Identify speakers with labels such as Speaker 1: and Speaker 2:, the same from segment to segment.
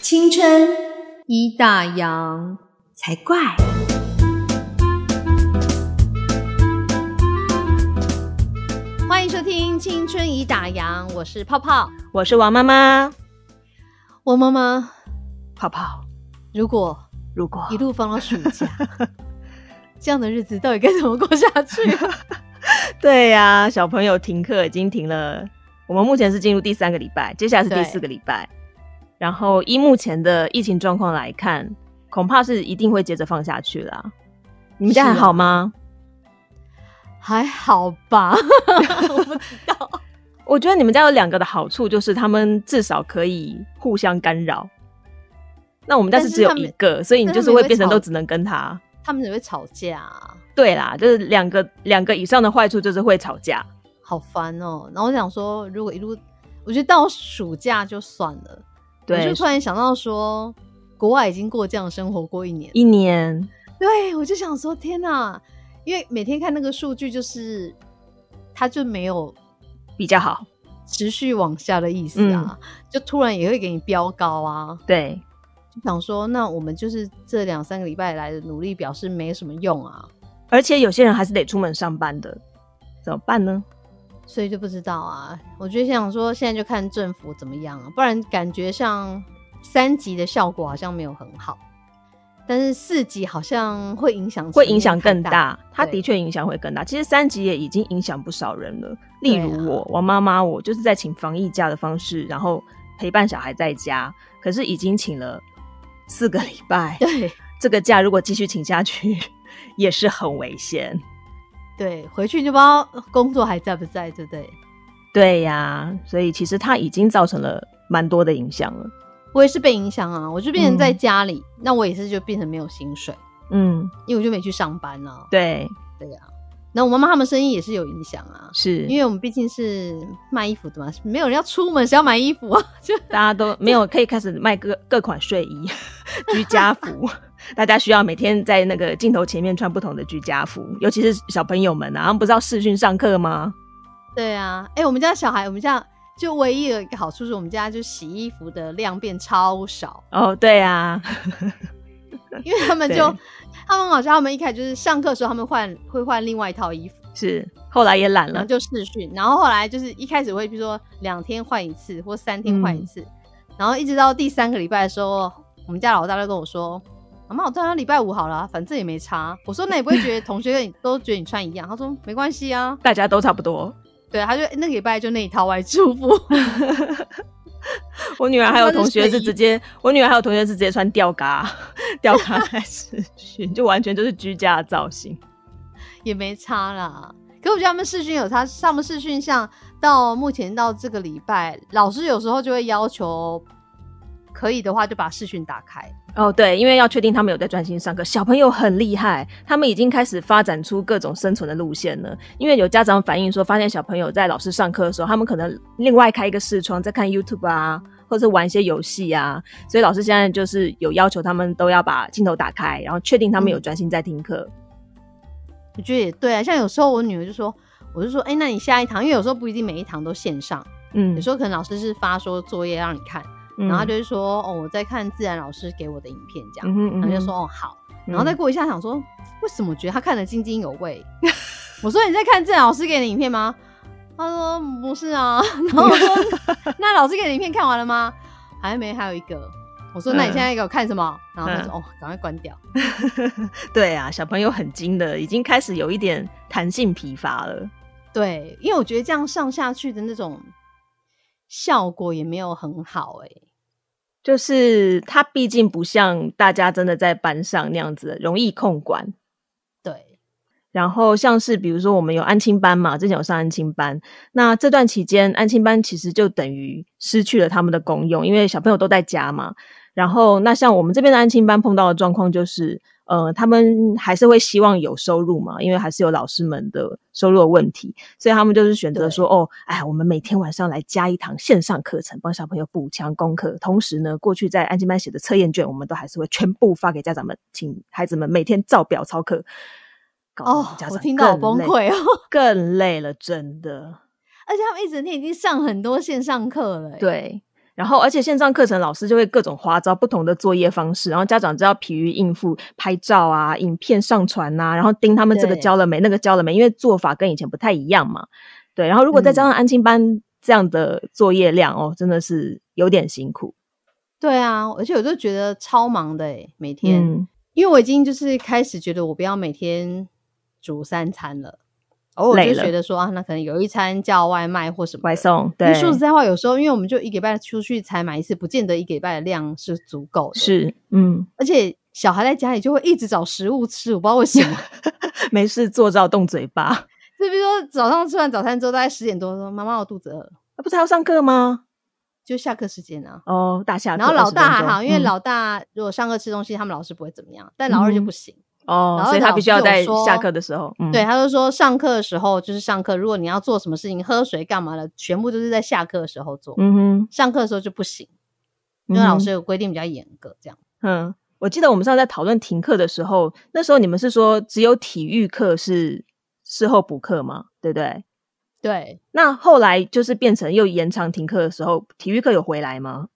Speaker 1: 青春
Speaker 2: 一大洋。
Speaker 1: 才怪。
Speaker 2: 欢迎收听《青春已打烊》，我是泡泡，
Speaker 1: 我是王妈妈，
Speaker 2: 我妈妈。
Speaker 1: 泡泡。
Speaker 2: 如果
Speaker 1: 如果
Speaker 2: 一路放到暑假，这样的日子到底该怎么过下去 啊、
Speaker 1: 对呀、小朋友停课已经停了，我们目前是进入第三个礼拜，接下来是第
Speaker 2: 对
Speaker 1: 四个礼拜。然后依目前的疫情状况来看，恐怕是一定会接着放下去啦。你们家
Speaker 2: 是
Speaker 1: 还
Speaker 2: 啊
Speaker 1: 好吗？
Speaker 2: 还好吧？ 我不知道。
Speaker 1: 我觉得你们家有两个的好处，就是他们至少可以互相干扰。那我们家
Speaker 2: 但
Speaker 1: 是
Speaker 2: 是
Speaker 1: 只有
Speaker 2: 他们
Speaker 1: 一个，所以你
Speaker 2: 但
Speaker 1: 就
Speaker 2: 他
Speaker 1: 是
Speaker 2: 们
Speaker 1: 会
Speaker 2: 会
Speaker 1: 变成
Speaker 2: 吵
Speaker 1: 都只能跟他。
Speaker 2: 他们只会吵架啊，
Speaker 1: 对啦，就是两个两个以上的坏处就是会吵架。
Speaker 2: 好烦哦。然后我想说，如果一路，我觉得到暑假就算了。我
Speaker 1: 对
Speaker 2: 就，突然想到说，国外已经过这样的生活过一年，
Speaker 1: 一年
Speaker 2: 对我就想说，天哪！因为每天看那个数据，就是它就没有
Speaker 1: 比较好。
Speaker 2: 持续往下的意思啊，
Speaker 1: 嗯
Speaker 2: 就突然也会给你飙高啊。
Speaker 1: 对，
Speaker 2: 就想说，那我们就是这两三个礼拜来的努力，表示没什么用啊，
Speaker 1: 而且有些人还是得出门上班的，怎么办呢？
Speaker 2: 所以就不知道啊。我就想说，现在就看政府怎么样啊，不然感觉像三级的效果好像没有很好，但是四级好像会影响，
Speaker 1: 会影响更大，它
Speaker 2: 对
Speaker 1: 的确影响会更大。其实三级也已经影响不少人了，例
Speaker 2: 对
Speaker 1: 如
Speaker 2: 啊
Speaker 1: 我、王妈妈，我就是在请防疫假的方式，然后陪伴小孩在家，可是已经请了四个礼拜，
Speaker 2: 对
Speaker 1: 这个假如果继续请下去， 也是很危险。
Speaker 2: 对，回去就不知道工作还在不在，对不对？
Speaker 1: 对呀、所以其实它已经造成了蛮多的影响了。
Speaker 2: 我也是被影响啊，我就变成在
Speaker 1: 嗯
Speaker 2: 家里，那我也是就变成没有薪水，
Speaker 1: 嗯，
Speaker 2: 因为我就没去上班啊。
Speaker 1: 对，
Speaker 2: 那我妈妈他们生意也是有影响啊，
Speaker 1: 是
Speaker 2: 因为我们毕竟是卖衣服的嘛，没有人要出门，谁要买衣服啊？ 就
Speaker 1: 大家都没有可以开始卖各各款睡衣、 居家服，大家需要每天在那个镜头前面穿不同的居家服，尤其是小朋友们啊，他们不是要视讯上课吗？
Speaker 2: 对啊，哎、我们家小孩，我们家就唯一有一个好处是我们家就洗衣服的量变超少，
Speaker 1: 哦，对啊，
Speaker 2: 因为他们就
Speaker 1: 对
Speaker 2: 他们好像他们一开始就是上课的时候他们换会换另外一套衣服。
Speaker 1: 是后来也懒
Speaker 2: 然
Speaker 1: 了
Speaker 2: 后，就试训，然后后来就是一开始会比如说两天换一次或三天换一
Speaker 1: 嗯
Speaker 2: 次，然后一直到第三个礼拜的时候，我们家老大就跟我说：“妈妈，我当然礼拜五好了啊，反正也没差。”我说：“那也不会觉得同学跟你 都觉得你穿一样？”他说：“没关系啊。
Speaker 1: 大家都差不多。”
Speaker 2: 对，啊他就那个礼拜就那一套外出服，
Speaker 1: 我女儿还有
Speaker 2: 他们
Speaker 1: 同
Speaker 2: 是
Speaker 1: 学是
Speaker 2: 睡衣
Speaker 1: 直接，我女儿还有同学是直接穿吊嘎，吊嘎在视讯，就完全就是居家的造型。
Speaker 2: 也没差啦。可我觉得他们试训有差，他们试训像到目前到这个礼拜，老师有时候就会要求，可以的话就把试训打开。
Speaker 1: 哦，对，因为要确定他们有在专心上课。小朋友很厉害，他们已经开始发展出各种生存的路线了。因为有家长反映说，发现小朋友在老师上课的时候，他们可能另外开一个视窗在看 YouTube 啊，或者玩一些游戏啊。所以老师现在就是有要求他们都要把镜头打开，然后确定他们有专心在听课。
Speaker 2: 我觉得也对啊，像有时候我女儿就说，我就说，哎、那你下一堂，因为有时候不一定每一堂都线上，
Speaker 1: 嗯，
Speaker 2: 有时候可能老师是发说作业让你看，
Speaker 1: 嗯，
Speaker 2: 然后她就会说，哦，我在看自然老师给我的影片这样，
Speaker 1: 嗯哼，嗯
Speaker 2: 然
Speaker 1: 哼
Speaker 2: 后就说，，哦好，
Speaker 1: 嗯
Speaker 2: 然后再过一下想说，为什么我觉得她看得津津有味？ 我说你在看自然老师给你的影片吗？她说不是啊， 然后我 说那老师给你的影片看完了吗？还没，还有一个。我说那你
Speaker 1: 嗯
Speaker 2: 现在给我看什么？然后她说哦，赶快关掉。
Speaker 1: 对啊，小朋友很精的，已经开始有一点弹性疲乏了。
Speaker 2: 对，因为我觉得这样上下去的那种效果也没有很好哎、
Speaker 1: 就是他毕竟不像大家真的在班上那样子容易控管，
Speaker 2: 对，
Speaker 1: 然后像是比如说我们有安亲班嘛，之前有上安亲班，那这段期间安亲班其实就等于失去了他们的功用，因为小朋友都在家嘛。然后那像我们这边的安亲班碰到的状况就是，呃，他们还是会希望有收入嘛，因为还是有老师们的收入的问题，所以他们就是选择说，哦，哎，我们每天晚上来加一堂线上课程，帮小朋友补强功课。同时呢，过去在安亲班写的测验卷，我们都还是会全部发给家长们，请孩子们每天照表操课。搞得
Speaker 2: 哦
Speaker 1: 们家，
Speaker 2: 我
Speaker 1: 长
Speaker 2: 听到好
Speaker 1: 更
Speaker 2: 崩
Speaker 1: 累
Speaker 2: 溃哦，
Speaker 1: 更累了，真的。
Speaker 2: 而且他们一整天已经上很多线上课了、欸，，
Speaker 1: 对，然后而且线上课程老师就会各种花招，不同的作业方式，然后家长就要疲于应付，拍照啊、影片上传呐、然后盯他们这个
Speaker 2: 对
Speaker 1: 交了没，那个交了没，因为做法跟以前不太一样嘛。对，然后如果再加上
Speaker 2: 嗯
Speaker 1: 安亲班这样的作业量、哦，真的是有点辛苦。
Speaker 2: 对啊，而且我就觉得超忙的哎、每天，
Speaker 1: 嗯，
Speaker 2: 因为我已经就是开始觉得我不要每天煮三餐了，偶尔
Speaker 1: 累
Speaker 2: 就
Speaker 1: 了
Speaker 2: 觉得说啊，那可能有一餐叫外卖或什么的
Speaker 1: 外送
Speaker 2: 因
Speaker 1: 对
Speaker 2: 为说实在话，有时候因为我们就一个礼拜出去才买一次，不见得一个礼拜的量是足够的。，
Speaker 1: 是，嗯，
Speaker 2: 而且小孩在家里就会一直找食物吃，我不知道为什 么。
Speaker 1: 没事做照动嘴巴。 啊、
Speaker 2: 就比如说早上吃完早餐之后，大概十点多说：“妈妈，我肚子饿了。
Speaker 1: 不是还要上课吗？”
Speaker 2: 就下课时间啊。
Speaker 1: 哦，大下课。
Speaker 2: 然后老大
Speaker 1: 20
Speaker 2: 还
Speaker 1: 分钟
Speaker 2: 好，因为
Speaker 1: 嗯
Speaker 2: 老大如果上课吃东西，他们老师不会怎么样，但老二就不行。
Speaker 1: 哦，
Speaker 2: 然后
Speaker 1: 所以他
Speaker 2: 老
Speaker 1: 必须
Speaker 2: 师
Speaker 1: 要
Speaker 2: 有
Speaker 1: 在
Speaker 2: 说
Speaker 1: 下课的时候，嗯，
Speaker 2: 对，，他就说上课的时候就是上课，如果你要做什么事情、喝水干嘛的，全部都是在下课的时候做。
Speaker 1: 嗯哼，
Speaker 2: 上课的时候就不行，因为老
Speaker 1: 嗯
Speaker 2: 师有规定比较严格，这样。
Speaker 1: 嗯，我记得我们上次在讨论停课的时候，那时候你们是说只有体育课是事后补课吗？对不对？
Speaker 2: 对，
Speaker 1: 那后来就是变成又延长停课的时候，体育课有回来吗？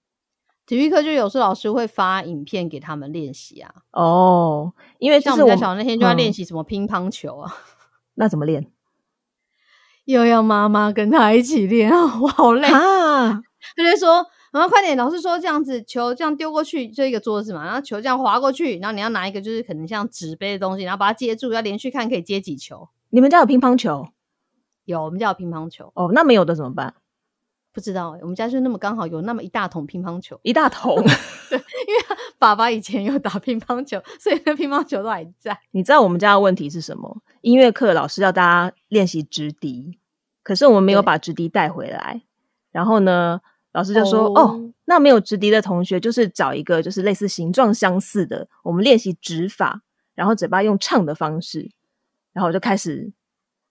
Speaker 2: 体育课就有时候老师会发影片给他们练习啊，
Speaker 1: 哦，因为就
Speaker 2: 像
Speaker 1: 是
Speaker 2: 我
Speaker 1: 我
Speaker 2: 们家小孩那天就要练
Speaker 1: 嗯
Speaker 2: 习什么乒乓球啊，
Speaker 1: 那怎么练
Speaker 2: 又要妈妈跟他一起练， 我好累。
Speaker 1: 啊？
Speaker 2: 他就会说：“妈妈快点！”老师说这样子球这样丢过去，就一个桌子嘛，然后球这样滑过去，然后你要拿一个就是可能像纸杯的东西，然后把它接住，要连续看可以接几球。
Speaker 1: 你们家有乒乓球
Speaker 2: 有，我们家有乒乓球，
Speaker 1: 哦？那没有的怎么办？
Speaker 2: 不知道欸、我们家就那么刚好有那么一大桶乒乓球。
Speaker 1: 一大桶，
Speaker 2: 爸爸以前有打乒乓球，所以那乒乓球都还在。
Speaker 1: 你知道我们家的问题是什么？音乐课老师要大家练习直笛，可是我们没有
Speaker 2: 对
Speaker 1: 把直笛带回来。然后呢，老师就说：“哦
Speaker 2: 哦
Speaker 1: 那没有直笛的同学，就是找一个就是类似形状相似的，我们练习指法，然后嘴巴用唱的方式。”然后我就开始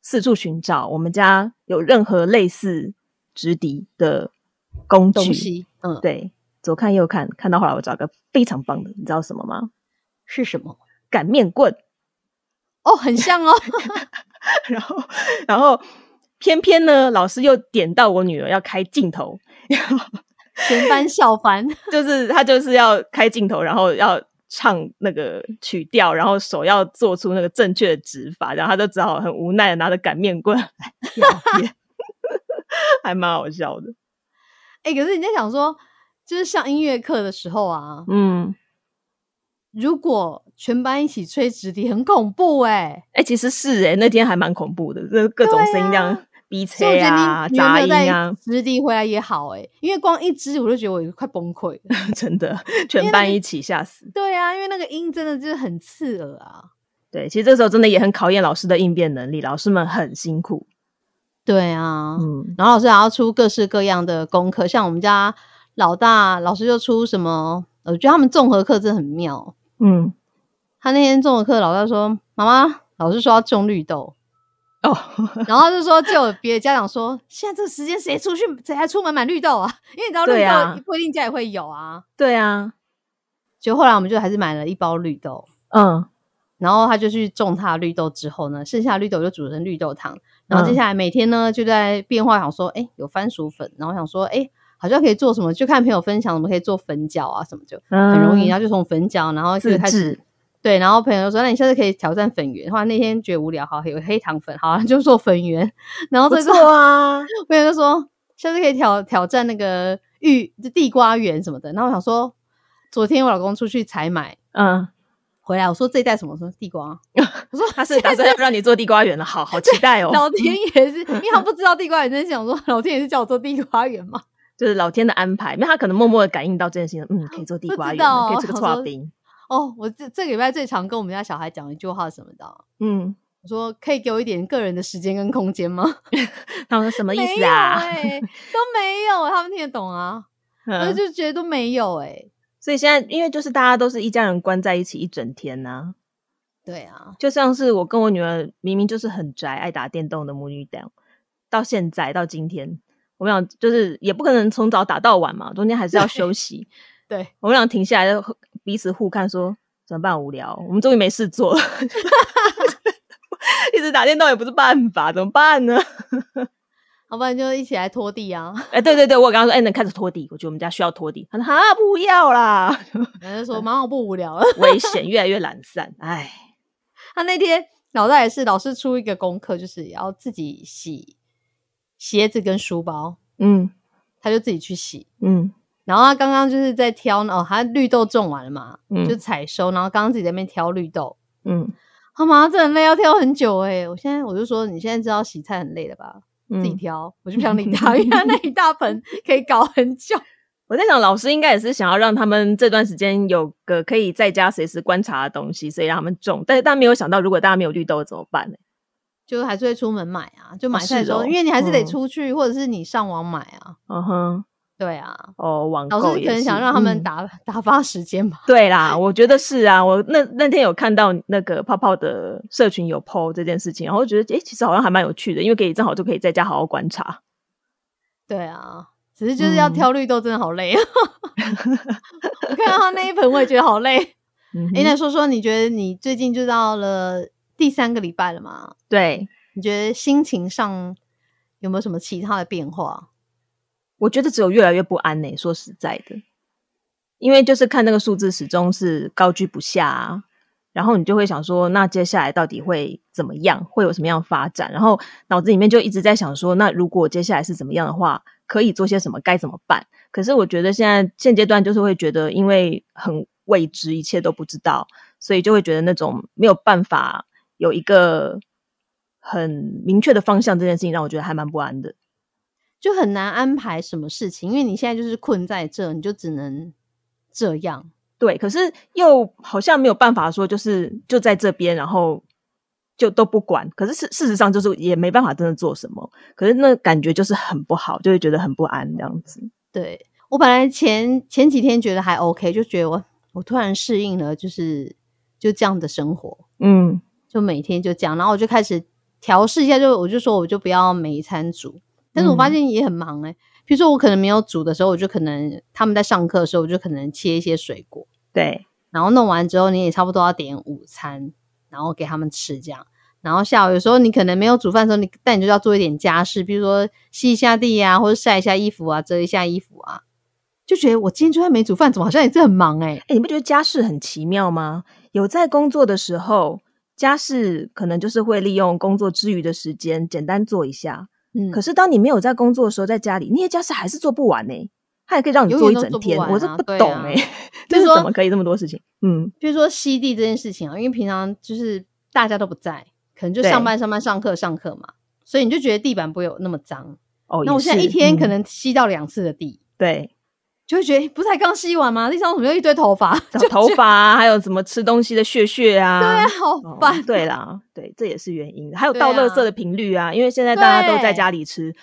Speaker 1: 四处寻找我们家有任何类似直笛的工具。
Speaker 2: 东西，嗯，
Speaker 1: 对，左看右看，看到后来我找个非常棒的，你知道什么吗？
Speaker 2: 是什么？
Speaker 1: 擀面棍。
Speaker 2: 哦，很像哦。
Speaker 1: 然后，然后偏偏呢，老师又点到我女儿要开镜头，
Speaker 2: 全班笑翻。
Speaker 1: 就是她就是要开镜头，然后要唱那个曲调，然后手要做出那个正确的指法，然后她就只好很无奈的拿着擀面棍来表演， 还蛮好笑的。
Speaker 2: 哎、可是你在想说，就是上音乐课的时候啊，
Speaker 1: 嗯，
Speaker 2: 如果全班一起吹直笛，很恐怖哎、
Speaker 1: 哎、其实是哎、那天还蛮恐怖的，就是各种
Speaker 2: 对
Speaker 1: 声音这样
Speaker 2: 啊
Speaker 1: 逼
Speaker 2: 所以我
Speaker 1: 车
Speaker 2: 觉
Speaker 1: 啊、
Speaker 2: 得你你有
Speaker 1: 杂
Speaker 2: 没有
Speaker 1: 音
Speaker 2: 带
Speaker 1: 啊，
Speaker 2: 直笛回来也好哎、因为光一支我就觉得我快崩溃了。
Speaker 1: 真的
Speaker 2: 因
Speaker 1: 全
Speaker 2: 为那
Speaker 1: 班
Speaker 2: 个
Speaker 1: 一起吓死。
Speaker 2: 对啊，因为那个音真的就是很刺耳啊。
Speaker 1: 对，其实这时候真的也很考验老师的应变能力，老师们很辛苦。
Speaker 2: 对啊，
Speaker 1: 嗯，
Speaker 2: 然后老师还要出各式各样的功课，像我们家老大老师就出什么，我觉得他们综合课真的很妙。
Speaker 1: 嗯，
Speaker 2: 他那天综合课老大说：“妈妈，老师说要种绿豆。”
Speaker 1: 哦，
Speaker 2: 然后就说，就有别的家长说，现在这个时间谁出去，谁还出门买绿豆啊？因为你知道
Speaker 1: 对
Speaker 2: 绿
Speaker 1: 啊
Speaker 2: 豆不一定家里会有啊。
Speaker 1: 对啊，
Speaker 2: 就后来我们就还是买了一包绿豆，
Speaker 1: 嗯，
Speaker 2: 然后他就去种他的绿豆之后呢，剩下的绿豆就煮成绿豆汤。然后
Speaker 1: 嗯
Speaker 2: 接下来每天呢就在变化，想说，哎、有番薯粉，然后想说，哎、好像可以做什么，就看朋友分享，我们可以做粉饺啊什么就。很
Speaker 1: 很
Speaker 2: 容易，然后就从粉饺，然后就
Speaker 1: 嗯自
Speaker 2: 开始
Speaker 1: 制。
Speaker 2: 对，然后朋友就说：“那你下次可以挑战粉圆。”后来那天觉得无聊，好有黑糖粉，好就做粉圆。然后
Speaker 1: 不
Speaker 2: 这个
Speaker 1: 错啊，
Speaker 2: 朋友就说下次可以挑挑战那个玉地瓜圆什么的。然后我想说，昨天我老公出去采买
Speaker 1: 嗯，
Speaker 2: 回来，我说这一袋什么？说地瓜。我说
Speaker 1: 他是打算要让你做地瓜圆了，好好期待哦。
Speaker 2: 老天也是，因为他不知道地瓜圆真相，我说老天也是叫我做地瓜圆嘛。
Speaker 1: 就是老天的安排，那他可能默默的感应到这件事情，嗯，可以做地
Speaker 2: 不
Speaker 1: 瓜
Speaker 2: 知
Speaker 1: 圆
Speaker 2: 道
Speaker 1: 了，可以吃个
Speaker 2: 我想
Speaker 1: 刨
Speaker 2: 说
Speaker 1: 冰，
Speaker 2: 哦，我这这个礼拜最常跟我们家小孩讲一句话是什么的啊，
Speaker 1: 嗯，
Speaker 2: 我说可以给我一点个人的时间跟空间吗？
Speaker 1: 他说什么意
Speaker 2: 没
Speaker 1: 思
Speaker 2: 有
Speaker 1: 啊？
Speaker 2: 欸都没有，他们听得懂啊，我
Speaker 1: 嗯
Speaker 2: 就觉得都没有哎、
Speaker 1: 所以现在因为就是大家都是一家人关在一起一整天呐、
Speaker 2: 对啊，
Speaker 1: 就像是我跟我女儿明明就是很宅、爱打电动的母女档，到现在到今天，我们俩就是也不可能从早打到晚嘛，中间还是要
Speaker 2: 对
Speaker 1: 休息。
Speaker 2: 对，
Speaker 1: 我们俩停下来，就彼此互看说怎么办？无聊，我们终于没事做了， 一直打电动也不是办法，怎么办呢？
Speaker 2: 要不然就一起来拖地啊。
Speaker 1: 哎、对对对，我有跟他说，哎、能开始拖地？我觉得我们家需要拖地。他说哈，不要啦，
Speaker 2: 然后就
Speaker 1: 嗯
Speaker 2: 说妈，我不无聊了。
Speaker 1: 危险，越来越懒散，哎，
Speaker 2: 他那天脑袋也是老师出一个功课，就是要自己洗鞋子跟书包，
Speaker 1: 嗯
Speaker 2: 他就自己去洗。
Speaker 1: 嗯
Speaker 2: 然后他刚刚就是在挑哦，他绿豆种完了嘛，
Speaker 1: 嗯
Speaker 2: 就采收，然后刚刚自己在那边挑绿豆。
Speaker 1: 嗯
Speaker 2: 他妈这很累，要挑很久哎、我现在我就说，你现在知道洗菜很累了吧？自己
Speaker 1: 嗯，
Speaker 2: 挑，我就不想理他，因为他那一大盆可以搞很久。
Speaker 1: 我在想，老师应该也是想要让他们这段时间有个可以在家随时观察的东西，所以让他们种。但是大家没有想到，如果大家没有绿豆怎么办呢？
Speaker 2: 就还是会出门买啊，就买
Speaker 1: 是
Speaker 2: 菜的时候，
Speaker 1: 哦
Speaker 2: 因为你还是得
Speaker 1: 嗯
Speaker 2: 出去，或者是你上网买啊。
Speaker 1: 嗯哼，
Speaker 2: 对啊，
Speaker 1: 哦，网
Speaker 2: 老
Speaker 1: 购
Speaker 2: 师
Speaker 1: 也
Speaker 2: 可能
Speaker 1: 是
Speaker 2: 想让他们
Speaker 1: 嗯
Speaker 2: 打、打发时间 吧。
Speaker 1: 对啦，我觉得是啊。我那那天有看到那个泡泡的社群有 PO 这件事情，然后我觉得诶、其实好像还蛮有趣的，因为可以正好就可以在家好好观察。
Speaker 2: 对啊，只是就是要
Speaker 1: 嗯
Speaker 2: 挑绿豆，真的好累。啊 我看到他那一盆，我也觉得好累。
Speaker 1: 嗯
Speaker 2: 哎、
Speaker 1: 哼，
Speaker 2: 那说说你觉得你最近就到了第三个礼拜了嘛？
Speaker 1: 对，
Speaker 2: 你觉得心情上有没有什么其他的变化？
Speaker 1: 我觉得只有越来越不安呢、说实在的，因为就是看那个数字始终是高居不下、啊，然后你就会想说，那接下来到底会怎么样，会有什么样的发展？然后脑子里面就一直在想说，那如果接下来是怎么样的话，可以做些什么，该怎么办？可是我觉得现在现阶段就是会觉得，因为很未知，一切都不知道，所以就会觉得那种没有办法有一个很明确的方向，这件事情让我觉得还蛮不安的。
Speaker 2: 就很难安排什么事情，因为你现在就是困在这，你就只能这样。
Speaker 1: 对，可是又好像没有办法说，就是就在这边，然后就都不管。可是事事实上就是也没办法真的做什么。可是那感觉就是很不好，就会觉得很不安这样子。
Speaker 2: 对我本来前前几天觉得还 OK，就觉得我我突然适应了，就是就这样的生活，
Speaker 1: 嗯
Speaker 2: 就每天就这样，然后我就开始调试一下，就我就说我就不要每一餐煮，但是我发
Speaker 1: 嗯
Speaker 2: 现也很忙哎、比如说我可能没有煮的时候，我就可能他们在上课的时候，我就可能切一些水果，
Speaker 1: 对，
Speaker 2: 然后弄完之后你也差不多要点午餐，然后给他们吃这样。然后下午有时候你可能没有煮饭的时候，你但你就要做一点家事，比如说吸一下地呀、啊，或者晒一下衣服啊，折一下衣服啊，就觉得我今天就算没煮饭，怎么好像也是很忙哎、
Speaker 1: 哎，你不觉得家事很奇妙吗？有在工作的时候，家事可能就是会利用工作之余的时间简单做一下。
Speaker 2: 嗯，
Speaker 1: 可是当你没有在工作的时候，在家里那些家事还是做不完呢、它也可以让你
Speaker 2: 永
Speaker 1: 做一
Speaker 2: 远都
Speaker 1: 整
Speaker 2: 做不
Speaker 1: 天，
Speaker 2: 完
Speaker 1: 我是
Speaker 2: 啊
Speaker 1: 不
Speaker 2: 对
Speaker 1: 懂
Speaker 2: 啊
Speaker 1: 哎、
Speaker 2: 就
Speaker 1: 就是是
Speaker 2: 说
Speaker 1: 怎么可以这么多事情？嗯，
Speaker 2: 比如说吸地这件事情啊，因为平常就是大家都不在，可能就
Speaker 1: 对
Speaker 2: 上班上班上课上课嘛，所以你就觉得地板不会有那么脏。
Speaker 1: 哦，
Speaker 2: 那
Speaker 1: 也
Speaker 2: 我现在
Speaker 1: 是
Speaker 2: 一天可、
Speaker 1: 嗯
Speaker 2: 能吸到两次的地，
Speaker 1: 对，
Speaker 2: 就会觉得诶不是才刚吸完吗？地上怎么有一堆头 发？
Speaker 1: 找头发、啊，还有什么吃东西的屑屑啊，
Speaker 2: 对啊，好
Speaker 1: 哦
Speaker 2: 烦、
Speaker 1: 对啦，对，这也是原因。还有
Speaker 2: 对
Speaker 1: 倒垃圾
Speaker 2: 啊
Speaker 1: 的频率啊，因为现在大家都在
Speaker 2: 对
Speaker 1: 家里吃，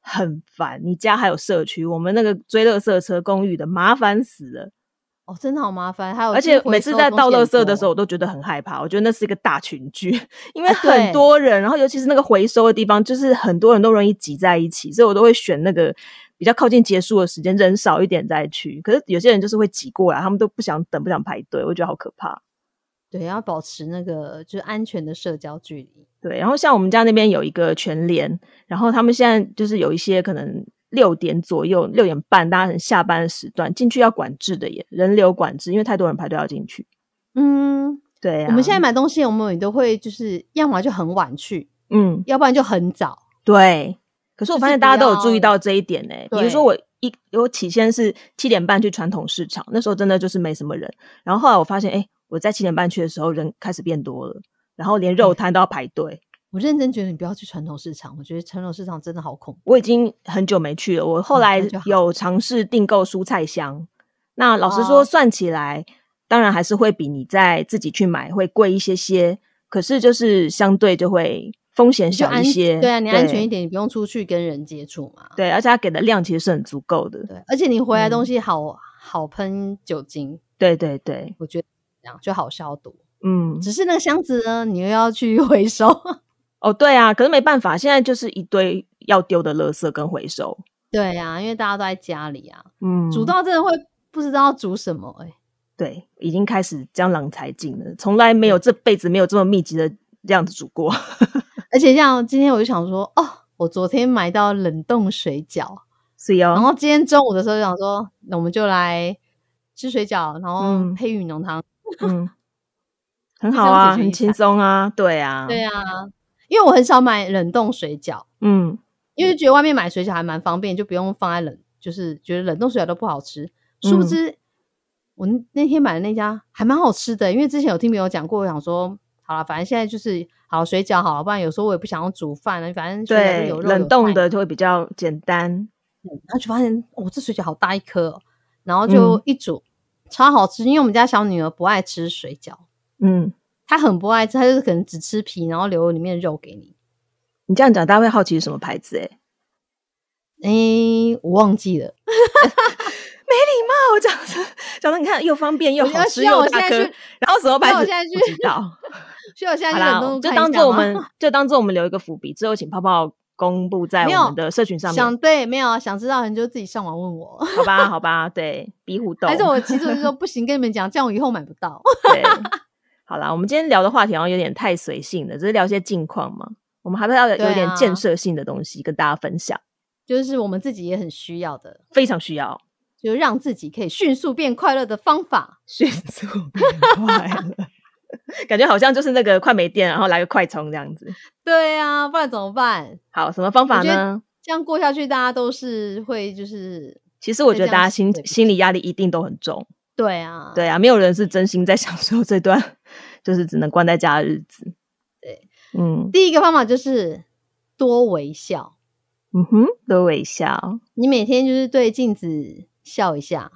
Speaker 1: 很烦。你家还有社区，我们那个追垃圾车公寓的麻烦死了，
Speaker 2: 哦，真的好麻烦。还有，
Speaker 1: 而且每次在倒垃圾的时候，，我都觉得很害怕。我觉得那是一个大群聚， 因为
Speaker 2: 啊对
Speaker 1: 很多人，然后尤其是那个回收的地方，就是很多人都容易挤在一起，所以我都会选那个。比较靠近结束的时间，人少一点再去。可是有些人就是会挤过来，他们都不想等，不想排队，我觉得好可怕。
Speaker 2: 对，要保持那个就是安全的社交距离。
Speaker 1: 对，然后像我们家那边有一个全联，然后他们现在就是有一些可能六点左右、六点半大家很下班的时段进去要管制的耶，人流管制，因为太多人排队要进去。
Speaker 2: 嗯，
Speaker 1: 对、啊，
Speaker 2: 我们现在买东西，我们也都会就是要么就很晚去，
Speaker 1: 嗯
Speaker 2: 要不然就很早。
Speaker 1: 对，可是我
Speaker 2: 就是
Speaker 1: 发现
Speaker 2: 不
Speaker 1: 大家都有注意
Speaker 2: 要
Speaker 1: 到这一点呢、比如说我一我起先是七点半去传统市场，那时候真的就是没什么人，然后后来我发现，哎，我在七点半去的时候人开始变多了，然后连
Speaker 2: 嗯
Speaker 1: 肉摊都要排队。
Speaker 2: 我认真觉得你不要去传统市场，我觉得传统市场真的好恐怖。
Speaker 1: 我已经很久没去了。我
Speaker 2: 嗯
Speaker 1: 后来
Speaker 2: 那就好
Speaker 1: 有尝试订购蔬菜箱，那老实说，
Speaker 2: 哦
Speaker 1: 算起来、当然还是会比你在自己去买会贵一些些，可是就是相对就会风险
Speaker 2: 你就
Speaker 1: 小
Speaker 2: 安
Speaker 1: 一些。
Speaker 2: 对啊，你安全一点，你不用出去跟人接触嘛。
Speaker 1: 对，而且它给的量其实是很足够的。
Speaker 2: 对，而且你回来东
Speaker 1: 嗯
Speaker 2: 西好、好喷酒精，
Speaker 1: 对对对，
Speaker 2: 我觉得这样就好消毒。
Speaker 1: 嗯，
Speaker 2: 只是那个箱子呢，你又要去 回收。
Speaker 1: 哦对啊，可是没办法，现在就是一堆要丢的垃圾跟回收。
Speaker 2: 对啊，因为大家都在家里啊，
Speaker 1: 嗯，
Speaker 2: 煮到真的会不知道要煮什么哎、
Speaker 1: 对，已经开始江郎才尽了，从来没有这辈子没有这么密集的这样子煮过。
Speaker 2: 而且像今天我就想说，哦，我昨天买到冷冻水饺，
Speaker 1: 是哟、
Speaker 2: 然后今天中午的时候就想说，那我们就来吃水饺，然后
Speaker 1: 嗯
Speaker 2: 配玉米浓汤。
Speaker 1: 嗯，很
Speaker 2: 就
Speaker 1: 好
Speaker 2: 这样
Speaker 1: 啊，
Speaker 2: 解决
Speaker 1: 很
Speaker 2: 一
Speaker 1: 轻
Speaker 2: 下
Speaker 1: 松啊，对啊，
Speaker 2: 对啊，因为我很少买冷冻水饺，
Speaker 1: 嗯
Speaker 2: 因为觉得外面买水饺还蛮方便，就不用放在冷，就是觉得冷冻水饺都不好吃。殊不
Speaker 1: 嗯
Speaker 2: 知，我那那天买的那家还蛮好吃的，因为之前有听朋友讲过，我想说好了，反正现在就是好水饺好了，不然有时候我也不想要煮饭了，反正水饺就
Speaker 1: 对，
Speaker 2: 有肉
Speaker 1: 冷冻
Speaker 2: 的，
Speaker 1: 的就会比较简单，
Speaker 2: 然后就发现哦，这水饺好大一颗、哦，然后就
Speaker 1: 嗯
Speaker 2: 一煮、超好吃，因为我们家小女儿不爱吃水饺，
Speaker 1: 嗯，
Speaker 2: 她很不爱吃，她就是可能只吃皮，然后留里面的肉给你。
Speaker 1: 你这样讲，大家会好奇是什么牌子、欸？哎，
Speaker 2: 诶、我忘记了，
Speaker 1: 我讲的讲的，你看又方便又
Speaker 2: 我觉
Speaker 1: 好
Speaker 2: 得
Speaker 1: 吃
Speaker 2: 需要
Speaker 1: 又
Speaker 2: 我
Speaker 1: 大
Speaker 2: 现在
Speaker 1: 颗
Speaker 2: 去，
Speaker 1: 然后什么牌
Speaker 2: 需要
Speaker 1: 子
Speaker 2: 我现在
Speaker 1: 不
Speaker 2: 去
Speaker 1: 知 道。
Speaker 2: 所以我现在
Speaker 1: 好
Speaker 2: 去
Speaker 1: 啦
Speaker 2: 冷冻，
Speaker 1: 就
Speaker 2: 看一
Speaker 1: 当
Speaker 2: 下
Speaker 1: 做我
Speaker 2: 吗
Speaker 1: 们就当做我们留一个伏笔，之后请泡泡公布在
Speaker 2: 没
Speaker 1: 我
Speaker 2: 有
Speaker 1: 们的社群上面
Speaker 2: 想，对没有想知道，你就自己上网问我。
Speaker 1: 好吧？好吧，对，比互动，
Speaker 2: 还是我其实我就 说不行，跟你们讲，这样我以后买不到。
Speaker 1: 对，好啦，我们今天聊的话题好像有点太随性了，只是聊一些近况嘛。我们还是要有
Speaker 2: 对啊
Speaker 1: 有点建设性的东西跟大家分享，
Speaker 2: 就是我们自己也很需要的，
Speaker 1: 非常需要
Speaker 2: 就让自己可以迅速变快乐的方法。
Speaker 1: 迅速变快乐， 感觉好像就是那个快没电，然后来个快充这样子。
Speaker 2: 对啊，不然怎么办？
Speaker 1: 好，什么方法
Speaker 2: 我觉得
Speaker 1: 呢？
Speaker 2: 这样过下去，大家都是会就是
Speaker 1: 其实我
Speaker 2: 再
Speaker 1: 觉得
Speaker 2: 这
Speaker 1: 大
Speaker 2: 样
Speaker 1: 家心
Speaker 2: 对不
Speaker 1: 心理压力一定都很重，
Speaker 2: 对啊，
Speaker 1: 对啊，没有人是真心在享受这段 就是只能关在家的日子。
Speaker 2: 对，
Speaker 1: 嗯
Speaker 2: 第一个方法就是多微笑，
Speaker 1: 嗯哼，多微笑，
Speaker 2: 你每天就是对镜子笑一下，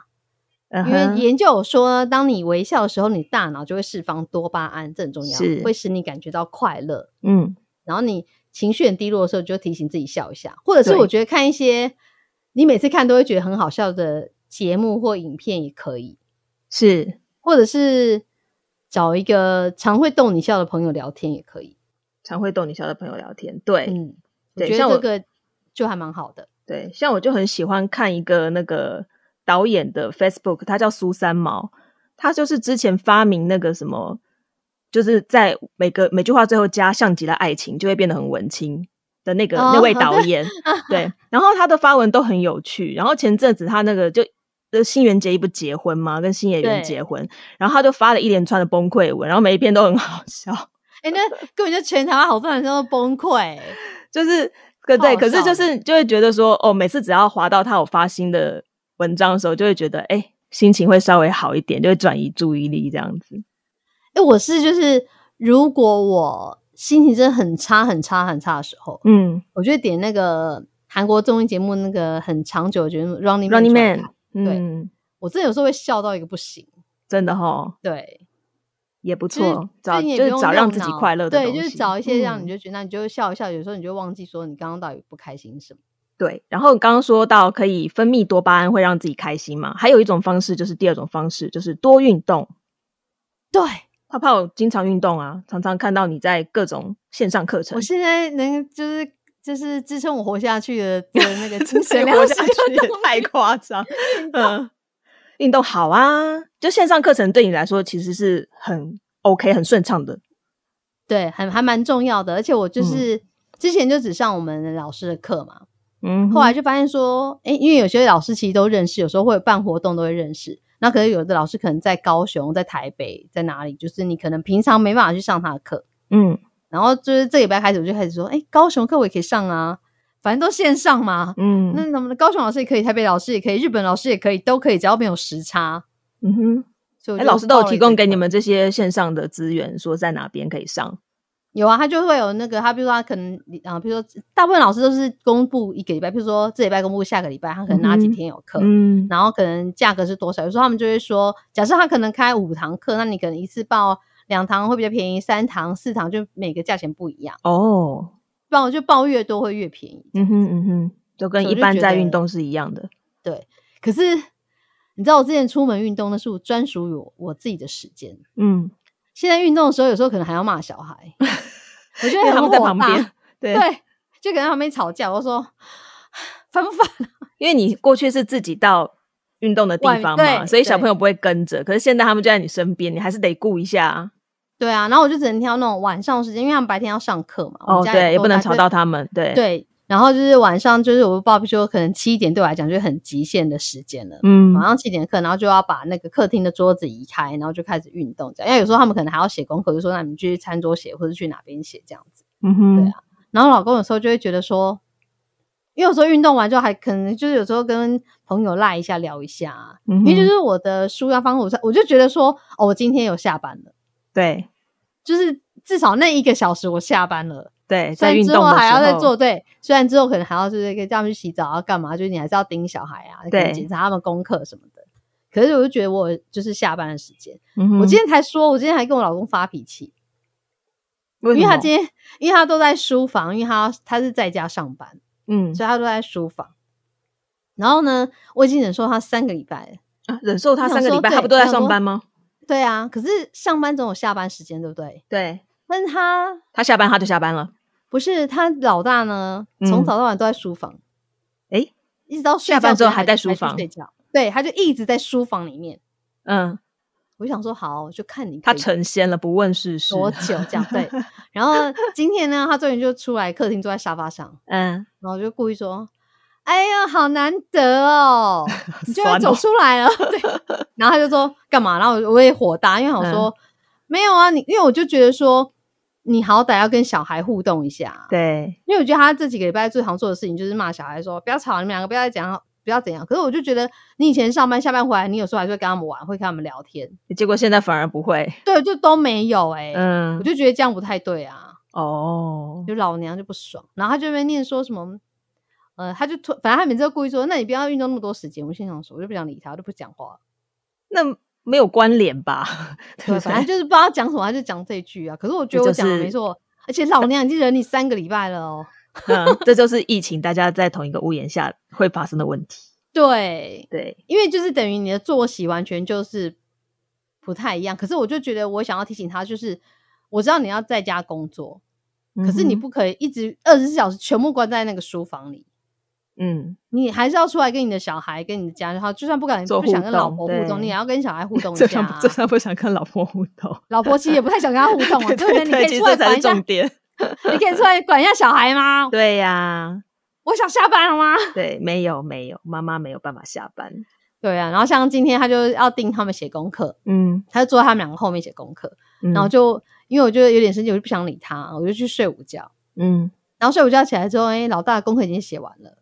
Speaker 1: 嗯
Speaker 2: 因为
Speaker 1: 哼，
Speaker 2: 研究有说，当你微笑的时候，你大脑就会释放多巴胺，这很重要
Speaker 1: 是，
Speaker 2: 会使你感觉到快乐。
Speaker 1: 嗯
Speaker 2: 然后你情绪很低落的时候，你就提醒自己笑一下，或者是
Speaker 1: 对
Speaker 2: 我觉得看一些你每次看都会觉得很好笑的节目或影片也可以，
Speaker 1: 是，
Speaker 2: 或者是找一个常会逗你笑的朋友聊天也可以。
Speaker 1: 常会逗你笑的朋友聊天，对，
Speaker 2: 嗯，我
Speaker 1: 对
Speaker 2: 觉
Speaker 1: 像
Speaker 2: 得
Speaker 1: 我
Speaker 2: 这个就还蛮好的。
Speaker 1: 对，像我就很喜欢看一个那个导演的 Facebook，他叫苏三毛，他就是之前发明那个什么，就是在每个每句话最后加像极了爱情，就会变得很文青的那个、
Speaker 2: 哦
Speaker 1: 那位
Speaker 2: 好
Speaker 1: 导
Speaker 2: 的
Speaker 1: 演。对，然后他的发文都很有趣。然后前阵子他那个就。呃，新垣结衣不结婚吗？跟新演员
Speaker 2: 对
Speaker 1: 结婚，然后他就发了一连串的崩溃文，然后每一篇都很好笑。
Speaker 2: 哎、 那根本就全台湾好多人都崩溃、
Speaker 1: 就是可
Speaker 2: 好
Speaker 1: 对，可是
Speaker 2: 笑
Speaker 1: 就
Speaker 2: 的
Speaker 1: 是就会觉得说，哦，每次只要滑到他有发新的文章的时候，就会觉得哎、心情会稍微好一点，就会转移注意力这样子。
Speaker 2: 哎、我是就是，如果我心情真的很差、很差、很差的时候，
Speaker 1: 嗯
Speaker 2: 我就会点那个韩国综艺节目那个很长久的节目《Running Man》
Speaker 1: ，Running
Speaker 2: 出来
Speaker 1: Man，
Speaker 2: 看。对
Speaker 1: 嗯，
Speaker 2: 我真的有时候会笑到一个不行。
Speaker 1: 真的哈，
Speaker 2: 对，
Speaker 1: 也不
Speaker 2: 就是
Speaker 1: 错，找
Speaker 2: 你也
Speaker 1: 就
Speaker 2: 不
Speaker 1: 是
Speaker 2: 用
Speaker 1: 找让
Speaker 2: 用
Speaker 1: 自己
Speaker 2: 脑
Speaker 1: 快乐的
Speaker 2: 对，
Speaker 1: 东
Speaker 2: 就是
Speaker 1: 西
Speaker 2: 找一些让你
Speaker 1: 嗯
Speaker 2: 就觉得，那你就会笑一笑，有时候你就忘记说你刚刚到底不开心什么。
Speaker 1: 对。然后刚刚说到可以分泌多巴胺，会让自己开心嘛？还有一种方式就是第二种方式，就是多运动。
Speaker 2: 对
Speaker 1: 泡泡经常运动啊，常常看到你在各种线上课程
Speaker 2: 我，现在能就是就是支撑我活下去的 的那个精神
Speaker 1: 活
Speaker 2: 粮
Speaker 1: 下
Speaker 2: 食
Speaker 1: 去也
Speaker 2: 就
Speaker 1: 太夸 张。嗯，运动好啊，就线上课程对你来说其实是很 OK、很顺畅的。
Speaker 2: 对，还还蛮重要的。而且我就
Speaker 1: 嗯
Speaker 2: 是、之前就只上我们老师的课嘛，
Speaker 1: 嗯
Speaker 2: 后来就发现说，哎、因为有些老师其实都认识，有时候会办活动都会认识。那可是有的老师可能在高雄、在台北、在哪里，就是你可能平常没办法去上他的课。
Speaker 1: 嗯
Speaker 2: 然后就是这礼拜开始，我就开始说，哎、高雄课我也可以上啊，反正都线上嘛。
Speaker 1: 嗯
Speaker 2: 那咱们的高雄老师也可以，台北老师也可以，日本老师也可以，都可以，只要没有时差。
Speaker 1: 嗯哼，
Speaker 2: 所以我
Speaker 1: 哎、
Speaker 2: 就
Speaker 1: 老师都有
Speaker 2: 报了
Speaker 1: 提
Speaker 2: 这个
Speaker 1: 供给你
Speaker 2: 课
Speaker 1: 们这些线上的资源，说在哪边可以上。
Speaker 2: 有啊，他就会有那个，他比如说他可能啊，比如说大部分老师都是公布一个礼拜，比如说这礼拜公布下个礼拜，他可能哪几
Speaker 1: 嗯哼
Speaker 2: 天有课，
Speaker 1: 嗯
Speaker 2: 然后可能价格是多少？有时候他们就会说，假设他可能开五堂课，那你可能一次报两堂会比较便宜，三堂、四堂就每个价钱不一样。
Speaker 1: 哦，
Speaker 2: 报就报越多会越便宜。
Speaker 1: 嗯哼嗯哼，就跟
Speaker 2: 所以
Speaker 1: 一
Speaker 2: 我就
Speaker 1: 般
Speaker 2: 觉
Speaker 1: 在
Speaker 2: 得
Speaker 1: 运动是一样的。
Speaker 2: 对，可是你知道我之前出门运动，那是我专属于我我自己的时间。
Speaker 1: 嗯，
Speaker 2: 现在运动的时候，有时候可能还要骂小 孩，我觉
Speaker 1: 因
Speaker 2: 得
Speaker 1: 为他
Speaker 2: 很
Speaker 1: 们在
Speaker 2: 火
Speaker 1: 旁
Speaker 2: 大
Speaker 1: 边，对，
Speaker 2: 对，就可能他们吵架，我就说烦不烦？
Speaker 1: 因为你过去是自己到。运动的地
Speaker 2: 外面
Speaker 1: 方嘛，
Speaker 2: 对
Speaker 1: 所以小
Speaker 2: 对
Speaker 1: 朋友不会跟着。可是现在他们就在你身边，你还是得顾一下啊。
Speaker 2: 对啊，然后我就只能挑那种晚上的时间，因为他们白天要上课嘛，我
Speaker 1: 哦，
Speaker 2: 们家
Speaker 1: 对，也
Speaker 2: 够
Speaker 1: 不能
Speaker 2: 大
Speaker 1: 吵到。他们。
Speaker 2: 对，
Speaker 1: 对，
Speaker 2: 对然后就是晚上，就是我爸说，可能七点对我来讲就是很极限的时间了。
Speaker 1: 嗯
Speaker 2: 晚上七点课，然后就要把那个客厅的桌子移开，然后就开始运动这样。因为有时候他们可能还要写功课，就说那你们去餐桌写，或者去哪边写这样子。
Speaker 1: 嗯哼，
Speaker 2: 对啊然后老公有时候就会觉得说，因为有时候运动完就还可能就是有时候跟朋友赖一下聊一下啊，
Speaker 1: 嗯哼，
Speaker 2: 因为就是我的舒压方式，我就觉得说，哦，我今天有下班了，
Speaker 1: 对
Speaker 2: 就是至少那一个小时我下班了。
Speaker 1: 对，
Speaker 2: 虽
Speaker 1: 在
Speaker 2: 然
Speaker 1: 运
Speaker 2: 之
Speaker 1: 动
Speaker 2: 后
Speaker 1: 的
Speaker 2: 还
Speaker 1: 时
Speaker 2: 要再
Speaker 1: 候
Speaker 2: 做，对，虽然之后可能还要就是跟他们去洗澡啊，干嘛，就是你还是要盯小孩啊，可能
Speaker 1: 对
Speaker 2: 检查他们功课什么的。可是我就觉得我有就是下班的时间，
Speaker 1: 嗯哼
Speaker 2: 我今天才说，我今天还跟我老公发脾气，
Speaker 1: 为
Speaker 2: 因为
Speaker 1: 什
Speaker 2: 他
Speaker 1: 么
Speaker 2: 今天因为他都在书房，因为他他是在家上班，
Speaker 1: 嗯
Speaker 2: 所以他都在书房。然后呢，我已经忍受他三个礼拜了，
Speaker 1: 啊忍受他
Speaker 2: 我想
Speaker 1: 三个礼
Speaker 2: 说
Speaker 1: 拜，他
Speaker 2: 对
Speaker 1: 不都
Speaker 2: 我
Speaker 1: 在
Speaker 2: 想
Speaker 1: 上
Speaker 2: 说
Speaker 1: 班吗？
Speaker 2: 对啊，可是上班总有下班时间，对不对？
Speaker 1: 对
Speaker 2: 但是他
Speaker 1: 他下班他就下班了，
Speaker 2: 不是他老大呢，从
Speaker 1: 嗯
Speaker 2: 早到晚都在书房，
Speaker 1: 诶
Speaker 2: 一直到睡
Speaker 1: 下班
Speaker 2: 觉
Speaker 1: 之后
Speaker 2: 前
Speaker 1: 还在书
Speaker 2: 去
Speaker 1: 房
Speaker 2: 睡觉，对，他就一直在书房里面。
Speaker 1: 嗯，
Speaker 2: 我就想说，好，就看你
Speaker 1: 他
Speaker 2: 可以
Speaker 1: 成仙了，不问世事，
Speaker 2: 多久这样 对。然后今天呢，他终于就出来客厅，坐在沙发上，
Speaker 1: 嗯，
Speaker 2: 然后就故意说：“哎呀，好难得 哦，你居然
Speaker 1: 酸
Speaker 2: 走
Speaker 1: 哦
Speaker 2: 出来了。对， 然后他就说：“干嘛？”然后我我也火大，因为
Speaker 1: 嗯
Speaker 2: 我说：“没有啊，你因为我就觉得说，你好歹要跟小孩互动一下啊。”
Speaker 1: 对，
Speaker 2: 因为我觉得他这几个礼拜最常做的事情就是骂小孩说不要吵，你们两个不要再讲，不要怎样。可是我就觉得你以前上班下班回来，你有时候还是会跟他们玩，会跟他们聊天，
Speaker 1: 结果现在反而不会，
Speaker 2: 对，就都没有哎、我
Speaker 1: 嗯，
Speaker 2: 就觉得这样不太对啊，
Speaker 1: 哦，
Speaker 2: 就老娘就不爽。然后他就在那边念说什么，呃，他就突反正他每次都故意说，那你不要运动那么多时间。我心想说，我就不想理他，我就不讲话了。
Speaker 1: 那没有关联吧？
Speaker 2: 对，
Speaker 1: 不
Speaker 2: 反正就是不知道讲什么，他就讲这句啊。可是我觉得
Speaker 1: 这就
Speaker 2: 我讲的
Speaker 1: 是
Speaker 2: 没错，而且老娘已经忍你三个礼拜了哦。
Speaker 1: 嗯，这就是疫情，大家在同一个屋檐下会发生的问题。
Speaker 2: 对，
Speaker 1: 对，
Speaker 2: 因为就是等于你的作息完全就是不太一样。可是我就觉得，我想要提醒他，就是我知道你要在家工作，可是你
Speaker 1: 嗯哼，
Speaker 2: 不可以一直二十四小时全部关在那个书房里，
Speaker 1: 嗯，
Speaker 2: 你还是要出来跟你的小孩、跟你的家人，好，就算不敢
Speaker 1: 做
Speaker 2: 不想
Speaker 1: 互
Speaker 2: 跟老
Speaker 1: 动
Speaker 2: 婆互动，
Speaker 1: 对
Speaker 2: 你也要跟小孩 互动一
Speaker 1: 这
Speaker 2: 下、
Speaker 1: 算
Speaker 2: 啊
Speaker 1: 这。算不想跟老婆互动，
Speaker 2: 老婆其实也不太想跟他互动啊，
Speaker 1: 对
Speaker 2: 对不对？
Speaker 1: 对
Speaker 2: 你可
Speaker 1: 对，
Speaker 2: 以
Speaker 1: 其
Speaker 2: 出
Speaker 1: 实
Speaker 2: 来
Speaker 1: 这才
Speaker 2: 管
Speaker 1: 是
Speaker 2: 一下
Speaker 1: 重，点。
Speaker 2: 你可以出来管一下小孩吗？
Speaker 1: 对呀、
Speaker 2: 我想下班了吗？
Speaker 1: 对，没有没有，妈妈没有办法下班。
Speaker 2: 对啊，然后像今天他就要盯他们写功课，
Speaker 1: 嗯，
Speaker 2: 他就坐在他们两个后面写功课，
Speaker 1: 然
Speaker 2: 然后就因为我觉得有点生气，我就不想理他，我就去睡午觉。
Speaker 1: 嗯
Speaker 2: 然后睡午觉起来之后，哎、老大的功课已经写完了。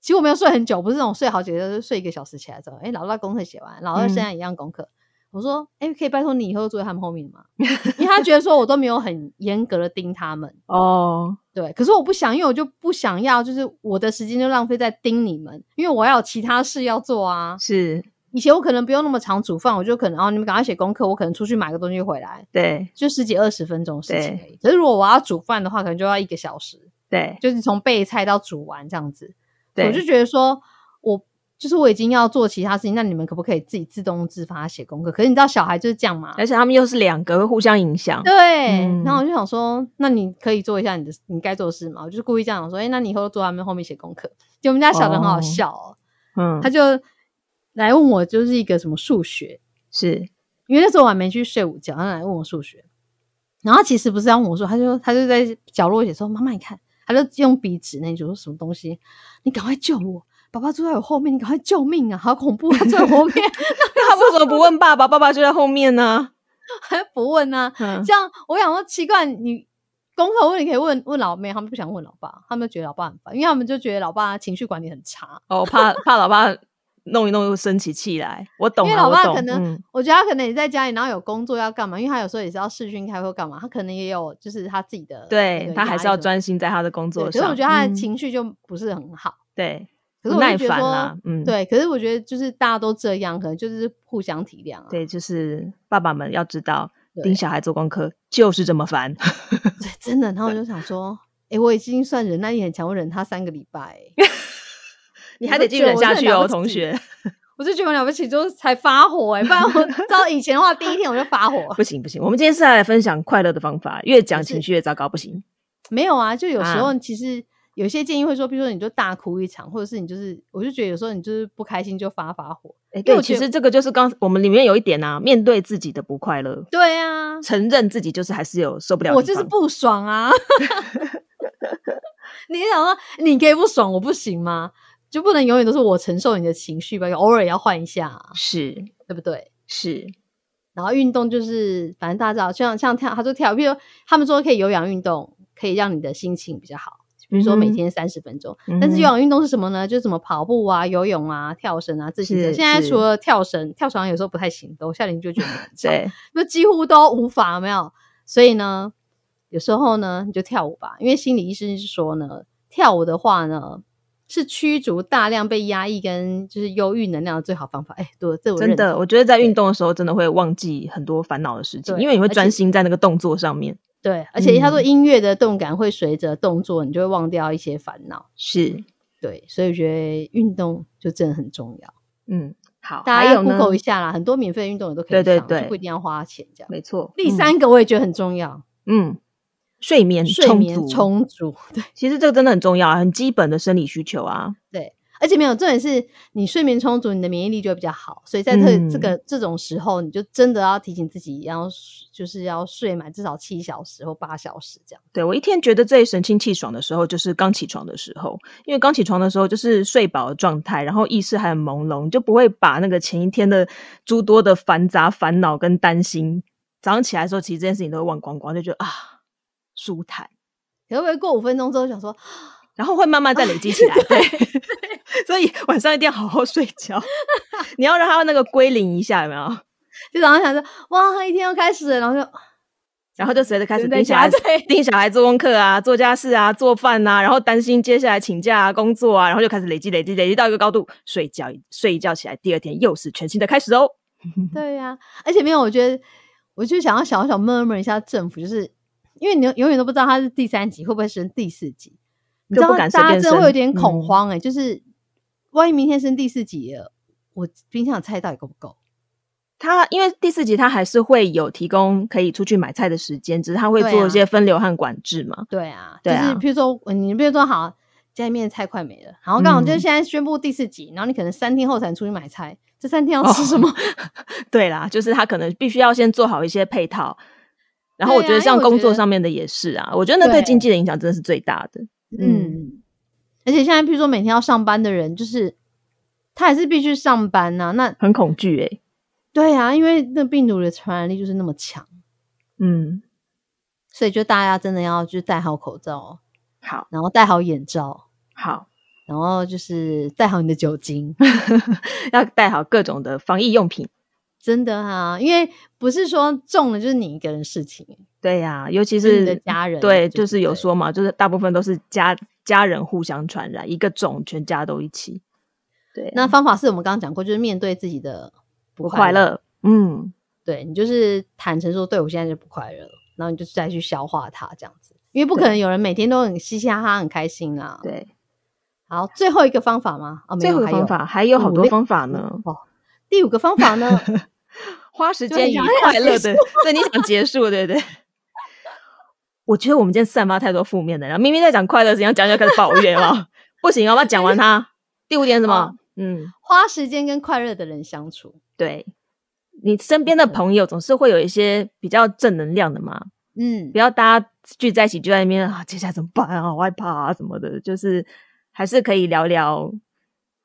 Speaker 2: 其实我没有睡很久，不是那种睡好几个，就是睡一个小时起来之后，哎、老大功课写完，老二现在一样功课。我说，哎、可以拜托你以后坐在他们后面吗？因为他觉得说我都没有很严格的盯他们，
Speaker 1: 哦，
Speaker 2: 对。可是我不想，因为我就不想要，就是我的时间就浪费在盯你们，因为我要有其他事要做啊。
Speaker 1: 是
Speaker 2: 以前我可能不用那么常煮饭，我就可能哦，你们赶快写功课，我可能出去买个东西回来，
Speaker 1: 对
Speaker 2: 就十几二十分钟的事情
Speaker 1: 对
Speaker 2: 而已。可是如果我要煮饭的话，可能就要一个小时，
Speaker 1: 对
Speaker 2: 就是从备菜到煮完这样子。
Speaker 1: 对，
Speaker 2: 我就觉得说，我就是我已经要做其他事情，那你们可不可以自己自动自发写功课？可是你知道小孩就是这样嘛，
Speaker 1: 而且他们又是两个，会互相影响。
Speaker 2: 对。
Speaker 1: 哎嗯
Speaker 2: 然后我就想说，那你可以做一下你的你该做的事嘛。我就是故意这样想说，哎、那你以后坐在他们后面写功课。就我们家小的很好
Speaker 1: 哦
Speaker 2: 笑、哦，
Speaker 1: 嗯
Speaker 2: 他，就来问我就是一个什么数学，
Speaker 1: 是
Speaker 2: 因为那时候我还没去睡午觉，他来问我数学，然后他其实不是要问我说，他就他就在角落写说：“妈妈，你看。”他就用笔指那就说什么东西，你赶快救我！爸爸坐在我后面，你赶快救命啊！好恐怖啊，坐在我后面
Speaker 1: 他为什么不问爸爸？爸爸就在后面呢。
Speaker 2: 还不问呢、
Speaker 1: 嗯
Speaker 2: 这，样我想说奇怪，你功课问你可以问问老妹，他们不想问老爸，他们就觉得老爸很烦，因为他们就觉得老爸情绪管理很差。
Speaker 1: 哦，怕怕老爸弄一弄又生起气来。我懂
Speaker 2: 因为
Speaker 1: 啊，
Speaker 2: 老
Speaker 1: 我
Speaker 2: 爸
Speaker 1: 懂
Speaker 2: 可能
Speaker 1: 嗯
Speaker 2: 我觉得他可能也在家里，然后有工作要干嘛，因为他有时候也是要视讯开会干嘛，他可能也有就是他自己的那
Speaker 1: 对
Speaker 2: 个
Speaker 1: 他
Speaker 2: 压
Speaker 1: 还
Speaker 2: 力
Speaker 1: 是要
Speaker 2: 什么的
Speaker 1: 专心在他的工
Speaker 2: 对，
Speaker 1: 作
Speaker 2: 可是
Speaker 1: 上。
Speaker 2: 我觉得他的
Speaker 1: 嗯
Speaker 2: 情绪就不是很好。
Speaker 1: 对，
Speaker 2: 可是
Speaker 1: 不
Speaker 2: 我
Speaker 1: 耐
Speaker 2: 就觉得
Speaker 1: 烦
Speaker 2: 说
Speaker 1: 啦，。嗯，
Speaker 2: 对，可是我觉得就是大家都这样，可能就是互相体谅啊。
Speaker 1: 对，就是爸爸们要知道，
Speaker 2: 对
Speaker 1: 盯小孩做功课就是这么烦。
Speaker 2: 对，真的。然后我就想说，诶，我已经算忍耐力很强，我忍他三个礼拜、欸
Speaker 1: 你
Speaker 2: 我
Speaker 1: 还
Speaker 2: 都
Speaker 1: 得继续
Speaker 2: 觉得
Speaker 1: 忍
Speaker 2: 我
Speaker 1: 下
Speaker 2: 真的
Speaker 1: 去
Speaker 2: 了
Speaker 1: 哦，
Speaker 2: 不
Speaker 1: 同
Speaker 2: 起
Speaker 1: 学。
Speaker 2: 我就觉得我了不起，就才发火欸诶，不然我知道以前的话，第一天我就发火。
Speaker 1: 不行不行，我们今天是要来分享快乐的方法，越讲
Speaker 2: 不是
Speaker 1: 情绪越糟糕，不行。
Speaker 2: 没有啊，就有时
Speaker 1: 啊
Speaker 2: 候其实有些建议会说，比如说你就大哭一场，或者是你就是，我就觉得有时候你就是不开心就发发火。
Speaker 1: 哎，
Speaker 2: 因为
Speaker 1: 对，
Speaker 2: 我
Speaker 1: 其
Speaker 2: 觉得
Speaker 1: 实这个就是刚我们里面有一点啊，面对自己的不快乐，
Speaker 2: 对啊，
Speaker 1: 承认自己就是还是有受不了的
Speaker 2: 我
Speaker 1: 地
Speaker 2: 就是
Speaker 1: 方
Speaker 2: 不爽啊。啊你想说你可以不爽，我不行吗？就不能永远都是我承受你的情绪吧？偶尔也要换一下，啊
Speaker 1: 是
Speaker 2: 对不对？
Speaker 1: 是，
Speaker 2: 然后运动就是，反正大家知道，就像像跳，他说跳，比如他们说可以有氧运动，可以让你的心情比较好，比如说
Speaker 1: 嗯
Speaker 2: 每天三十分钟。但是有氧运动是什么呢？就是什么跑步啊、游泳啊、跳绳啊、自行车。
Speaker 1: 是
Speaker 2: 现在
Speaker 1: 是
Speaker 2: 除了跳绳，跳绳好像有时候不太行，楼下邻居就觉得你 很吵
Speaker 1: 对，
Speaker 2: 就几乎都无法有没有。所以呢，有时候呢，你就跳舞吧，因为心理医生是说呢，跳舞的话呢，是驱逐大量被压抑跟就是忧郁能量的最好方法。哎，对，这我
Speaker 1: 真
Speaker 2: 认
Speaker 1: 的，
Speaker 2: 同
Speaker 1: 我觉得在
Speaker 2: 对
Speaker 1: 运动的时候真的会忘记很多烦恼的事情，
Speaker 2: 对
Speaker 1: 因为你会
Speaker 2: 而且
Speaker 1: 专心在那个动作上面。
Speaker 2: 对，而且他说
Speaker 1: 嗯
Speaker 2: 音乐的动感会随着动作，你就会忘掉一些烦恼。
Speaker 1: 是，
Speaker 2: 对，所以我觉得运动就真的很重要。
Speaker 1: 嗯，好，
Speaker 2: 大
Speaker 1: 还
Speaker 2: 家
Speaker 1: 有呢
Speaker 2: Google 一下啦，很多免费运动也都可以
Speaker 1: 对对
Speaker 2: 上
Speaker 1: 对嗯
Speaker 2: 就不一定要花钱这样。
Speaker 1: 没错，
Speaker 2: 第三个我也觉得很重要，
Speaker 1: 嗯，嗯，睡眠
Speaker 2: 睡
Speaker 1: 充
Speaker 2: 眠
Speaker 1: 足，
Speaker 2: 充足。
Speaker 1: 其实这个真的很重要啊，很基本的生理需求啊。
Speaker 2: 而且没有重点是你睡眠充足，你的免疫力就会比较好。所以在这、
Speaker 1: 嗯
Speaker 2: 这个这种时候，你就真的要提醒自己，要就是要睡满至少七小时或八小时这样。
Speaker 1: 对我一天觉得最神清气爽的时候，就是刚起床的时候，因为刚起床的时候就是睡饱的状态，然后意识还很朦胧，就不会把那个前一天的诸多的繁杂、烦恼跟担心，早上起来的时候，其实这件事情都会忘光光，就觉得啊舒坦，
Speaker 2: 可会不会过五分钟之后想说，
Speaker 1: 然后会慢慢再累积起来。对， 所以晚上一定要好好睡觉， 你要让它那个归零一下，有没有？
Speaker 2: 就早上想说，哇，一天又开始了，然后就
Speaker 1: 然后就随着 开始
Speaker 2: 就在
Speaker 1: 盯小
Speaker 2: 家
Speaker 1: 孩子
Speaker 2: 对，
Speaker 1: 盯小孩做功课啊、做家事啊、做饭啊，然后担心接下来请假啊、工作啊，然后就开始累积、累积、累积到一个高度，睡觉睡一觉起来，第二天又是全新的开始哦。
Speaker 2: 对呀、而且没有，我觉得我就想要小小 murmur 一下政府，就是因为你永远都不知道它是第三集会不会生第四集，你知
Speaker 1: 就不
Speaker 2: 道大
Speaker 1: 敢随
Speaker 2: 家
Speaker 1: 便
Speaker 2: 真的会有
Speaker 1: 生
Speaker 2: 点恐
Speaker 1: 嗯
Speaker 2: 慌哎、就是万一明天生第四集了，我冰箱的菜到底够不够？
Speaker 1: 他因为第四集他还是会有提供可以出去买菜的时间，只是他会
Speaker 2: 对
Speaker 1: 做
Speaker 2: 啊
Speaker 1: 一些分流和管制嘛。
Speaker 2: 对啊，
Speaker 1: 对
Speaker 2: 就是
Speaker 1: 啊
Speaker 2: 譬如说呃你譬如说好。家里面的菜快没了，然后刚好就是
Speaker 1: 嗯
Speaker 2: 现在宣布第四集，然后你可能三天后才能出去买菜，这三天要
Speaker 1: 哦
Speaker 2: 吃什么？
Speaker 1: 对啦，就是他可能必须要先做好一些配套。然后
Speaker 2: 对
Speaker 1: 我觉得
Speaker 2: 啊因
Speaker 1: 像
Speaker 2: 为我
Speaker 1: 工
Speaker 2: 觉得
Speaker 1: 作上面的也是啊，我觉得那对
Speaker 2: 对
Speaker 1: 经济的影响真的是最大的。嗯，
Speaker 2: 嗯，而且现在譬如说每天要上班的人，就是他还是必须上班呐、那
Speaker 1: 很恐惧欸诶、
Speaker 2: 对啊，因为那病毒的传染力就是那么强，
Speaker 1: 嗯，
Speaker 2: 所以就大家真的要就戴好口罩，
Speaker 1: 好
Speaker 2: 然后戴好眼罩，
Speaker 1: 好，
Speaker 2: 然后就是戴好你的酒精，
Speaker 1: 要带好各种的防疫用品。
Speaker 2: 真的啊，因为不是说中了就是你一个人的事情，
Speaker 1: 对呀、尤其
Speaker 2: 是
Speaker 1: 是
Speaker 2: 你的家人
Speaker 1: 对，
Speaker 2: 就
Speaker 1: 就是是有
Speaker 2: 对
Speaker 1: 说嘛，就是大部分都是家家人互相传染，一个种全家都一起。对啊、
Speaker 2: 那方法是我们刚刚讲过，就是面对自己的不
Speaker 1: 不快乐，嗯，
Speaker 2: 对你就是坦诚说，对我现在就不快乐，然后你就再去消化它这样子，因为不可
Speaker 1: 对
Speaker 2: 能有人每天都很嘻嘻哈哈很开心啊。
Speaker 1: 对。
Speaker 2: 好，最后一个方法吗？啊、没
Speaker 1: 最
Speaker 2: 有
Speaker 1: 后一个
Speaker 2: 还
Speaker 1: 方
Speaker 2: 有
Speaker 1: 法还有好
Speaker 2: 五
Speaker 1: 多
Speaker 2: 六
Speaker 1: 方法呢，
Speaker 2: 哦。第五个方法 呢，
Speaker 1: 花时
Speaker 2: 就
Speaker 1: 间
Speaker 2: 很
Speaker 1: 与
Speaker 2: 想
Speaker 1: 快
Speaker 2: 想
Speaker 1: 乐
Speaker 2: 结
Speaker 1: 的，对，你想结束，对不对？我觉得我们今天散发太多负面能量，明明在讲快乐，然后讲就开始抱怨了，不行，我要讲完它。第五点是什么
Speaker 2: 哦？
Speaker 1: 嗯，
Speaker 2: 花时间跟快乐的人相处。
Speaker 1: 对，你身边的朋友总是会有一些比较正能量的嘛，
Speaker 2: 嗯
Speaker 1: 不，要大家聚在一起就在那边啊，接下来怎么办啊，好害怕啊什么的，就是还是可以聊聊。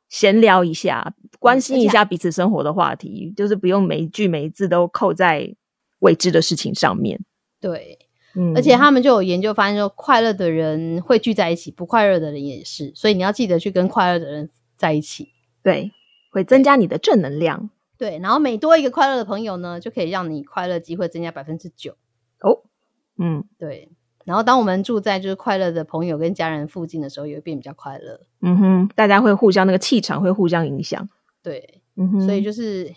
Speaker 1: 闲聊一下，
Speaker 2: 嗯
Speaker 1: 关心一下彼此生活的话题，就是不用每一句每一字都扣在未知的事情上面。
Speaker 2: 对，
Speaker 1: 嗯
Speaker 2: 而且他们就有研究发现说，快乐的人会聚在一起，不快乐的人也是，所以你要记得去跟快乐的人在一起。
Speaker 1: 对会增加你的正能量
Speaker 2: 对，然后每多一个快乐的朋友呢，就可以让你快乐机会增加百分之九。
Speaker 1: 哦。嗯
Speaker 2: 对，然后当我们住在就是快乐的朋友跟家人附近的时候，也会变比较快乐。
Speaker 1: 嗯哼，大家会互相那个气场会互相影响。
Speaker 2: 对，
Speaker 1: 嗯哼，
Speaker 2: 所以就是，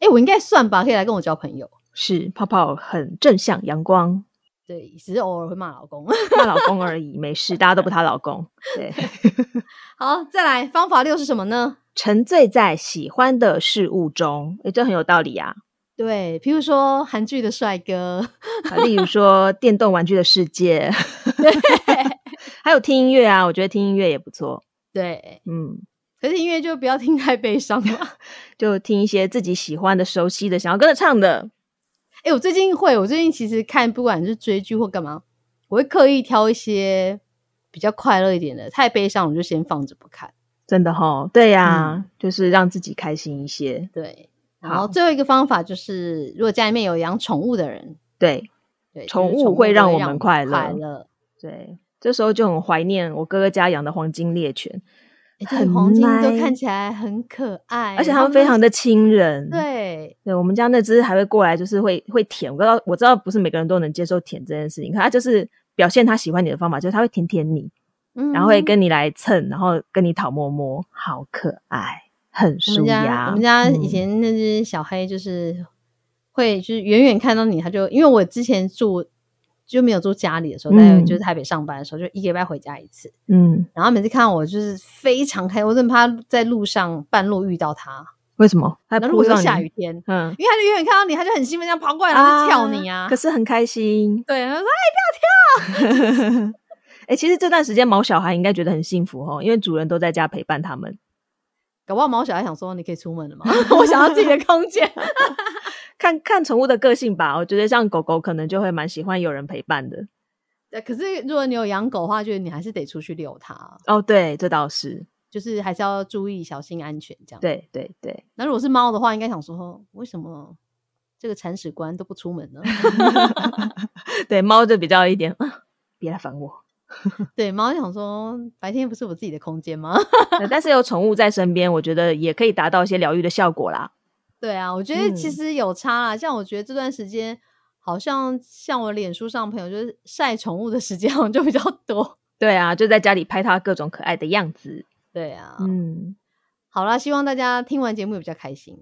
Speaker 2: 哎、我应该算吧，可以来跟我交朋友。
Speaker 1: 是泡泡很正向阳光，
Speaker 2: 对，只是偶尔会骂老公。
Speaker 1: 她老公而已，没事，大家都不她老公。对，
Speaker 2: 好，再来方法六是什么呢？
Speaker 1: 沉醉在喜欢的事物中，诶，这很有道理啊。
Speaker 2: 对，譬如说韩剧的帅哥，
Speaker 1: 啊例如说电动玩具的世界，还有听音乐啊，我觉得听音乐也不错。
Speaker 2: 对，
Speaker 1: 嗯，
Speaker 2: 可是音乐就不要听太悲伤了。
Speaker 1: 就听一些自己喜欢的、熟悉的，想要跟着唱的。
Speaker 2: 哎、我最近会，我最近其实看不管是追剧或干嘛，我会刻意挑一些比较快乐一点的，太悲伤我就先放着不看。
Speaker 1: 真的哈、对呀、就是让自己开心一些。
Speaker 2: 对，然
Speaker 1: 好
Speaker 2: 后最后一个方法就是，如果家里面有养宠物的人，
Speaker 1: 对
Speaker 2: 对，就是
Speaker 1: 宠物
Speaker 2: 物
Speaker 1: 会让我
Speaker 2: 我
Speaker 1: 们
Speaker 2: 们
Speaker 1: 快乐
Speaker 2: 快乐。
Speaker 1: 对，这时候就很怀念我哥哥家养的黄金猎犬，
Speaker 2: 诶哎这个黄金都
Speaker 1: 奶
Speaker 2: 看起来很可爱，
Speaker 1: 而且
Speaker 2: 它
Speaker 1: 它们非常的亲人。。
Speaker 2: 哎对，
Speaker 1: 对我们家那只还会过来，就是会会舔。我知道我知道不是每个人都能接受舔这件事情，可它就是表现它喜欢你的方法，就是它会舔舔你，然后会
Speaker 2: 嗯
Speaker 1: 跟你来蹭，然后跟你讨摸摸，好可爱，很
Speaker 2: 我
Speaker 1: 舒
Speaker 2: 们
Speaker 1: 压。
Speaker 2: 家我们家
Speaker 1: 嗯
Speaker 2: 以前那只小黑就是会就是远远看到你，它就因为我之前住就没有住家里的时候，在
Speaker 1: 嗯
Speaker 2: 就是台北上班的时候，就一个礼拜回家一次。
Speaker 1: 嗯，
Speaker 2: 然后每次看到我就是非常黑，我真的怕它在路上半路遇到它。
Speaker 1: 为什么？它
Speaker 2: 然后如果
Speaker 1: 扑
Speaker 2: 是
Speaker 1: 上
Speaker 2: 下
Speaker 1: 你
Speaker 2: 雨，天，
Speaker 1: 嗯，
Speaker 2: 因为它就远远看到你，它就很兴奋这样跑过来，然后就跳你啊。
Speaker 1: 可是很开心。
Speaker 2: 对，它说
Speaker 1: 哎、其实这段时间毛小孩应该觉得很幸福哦，因为主人都在家陪伴他们，
Speaker 2: 搞不好毛小孩想说你可以出门了吗？ 我想要自己 的空间。
Speaker 1: 看看宠物的个性吧。我觉得像狗狗可能就会蛮喜欢有人陪伴的。
Speaker 2: 对可是如果你有养狗的话，就是你还是得出去遛它，
Speaker 1: 哦，对，这倒是，
Speaker 2: 就是还是要注意小心安全这样。
Speaker 1: 对对对，
Speaker 2: 那如果是猫的话，应该想说，为什么这个铲屎官都不出门呢？
Speaker 1: 对，猫就比较一点， 啊别来烦我。
Speaker 2: 对，猫想说，白天不是我自己的空间吗？
Speaker 1: 呃但是有宠物在身边，我觉得也可以达到一些疗愈的效果啦。
Speaker 2: 对啊，我觉得其
Speaker 1: 嗯
Speaker 2: 实有差啦。像我觉得这段时间，好像像我脸书上朋友就是晒宠物的时间好像就比较多。
Speaker 1: 对啊，就在家里拍它各种可爱的样子。
Speaker 2: 对啊，
Speaker 1: 嗯，
Speaker 2: 好啦，希望大家听完节目也比较开 心。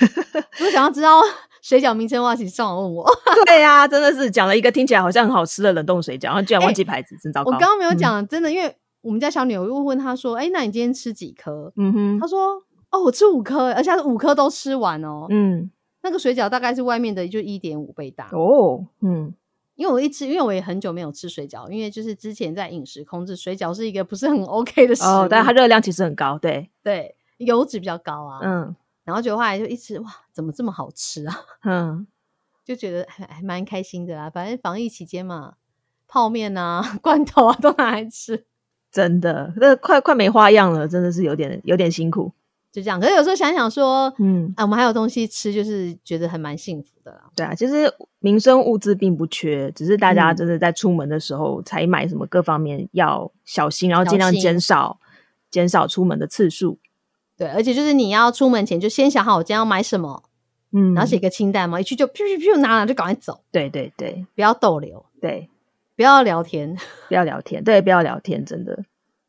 Speaker 2: 如果想要知道水饺名称的话，请上网问我。
Speaker 1: 对啊，真的是讲了一个听起来好像很好吃的冷冻水饺，然后居然忘
Speaker 2: 哎
Speaker 1: 记牌子，真糟糕。
Speaker 2: 我刚刚没有
Speaker 1: 嗯，
Speaker 2: 讲，真的，因为我们家小女儿又问她说：“哎、那你今天吃几颗？”
Speaker 1: 嗯哼
Speaker 2: 他，说：“哦，我吃五颗，而且他是五颗都吃完哦。
Speaker 1: 嗯，
Speaker 2: 那个水饺大概是外面的就一点五倍大，
Speaker 1: 哦，嗯，
Speaker 2: 因为我一吃，因为我也很久没有吃水饺，因为就是之前在饮食控制，水饺是一个不是很 OK 的食物，
Speaker 1: 哦，但它热量其实很高，对，
Speaker 2: 对油脂比较高啊。
Speaker 1: 嗯
Speaker 2: 然后就后来就一吃，哇，怎么这么好吃啊？
Speaker 1: 嗯，
Speaker 2: 就觉得还还蛮开心的啦。反正防疫期间嘛，泡面啊、 罐头啊都拿来吃，
Speaker 1: 真的，这快快没花样了，真的是有点有点辛苦。
Speaker 2: 就这样。可是有时候想想说，
Speaker 1: 嗯，
Speaker 2: 啊，我们还有东西吃，就是觉得还蛮幸福的啦。
Speaker 1: 对啊，其实民生物资并不缺，只是大家
Speaker 2: 嗯
Speaker 1: 真的在出门的时候才买什么各方面要小心，然后
Speaker 2: 小
Speaker 1: 尽量
Speaker 2: 心
Speaker 1: 减少减少出门的次数。
Speaker 2: 对，而且就是你要出门前就先想好我今天要买什么，
Speaker 1: 嗯，
Speaker 2: 然后写一个清单嘛，一去就噗噗噗拿了就赶快走，
Speaker 1: 对对对
Speaker 2: 不要逗留，
Speaker 1: 对，
Speaker 2: 不要聊天。
Speaker 1: 不要聊天，对，不要聊天，真的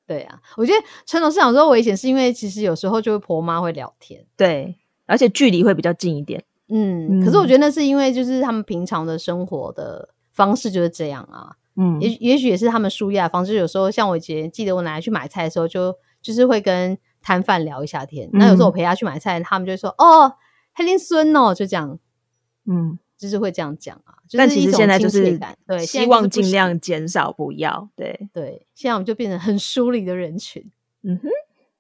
Speaker 2: 对啊，我觉得传统市场说危险是因为其实有时候就会婆妈会聊天，
Speaker 1: 对，而且距离会比较近一点。
Speaker 2: 嗯，
Speaker 1: 嗯
Speaker 2: 可是我觉得那是因为就是他们平常的生活的方式就是这样啊，
Speaker 1: 嗯
Speaker 2: 也也许也是他们舒压的方式。有时候像我以前记得我奶奶去买菜的时候就，就是会跟摊贩聊一下天，那有时候我
Speaker 1: 嗯
Speaker 2: 陪她去买菜，他们就会说哦，黑林孙哦，就这样。
Speaker 1: 嗯，
Speaker 2: 就是会这样讲啊，就是
Speaker 1: 但其
Speaker 2: 一
Speaker 1: 实
Speaker 2: 种
Speaker 1: 现在就
Speaker 2: 亲切
Speaker 1: 是
Speaker 2: 感对，现在
Speaker 1: 希
Speaker 2: 就是
Speaker 1: 望
Speaker 2: 不
Speaker 1: 尽
Speaker 2: 行
Speaker 1: 量减少，不要对，
Speaker 2: 对，现在我们就变成很疏离的人群，
Speaker 1: 嗯哼，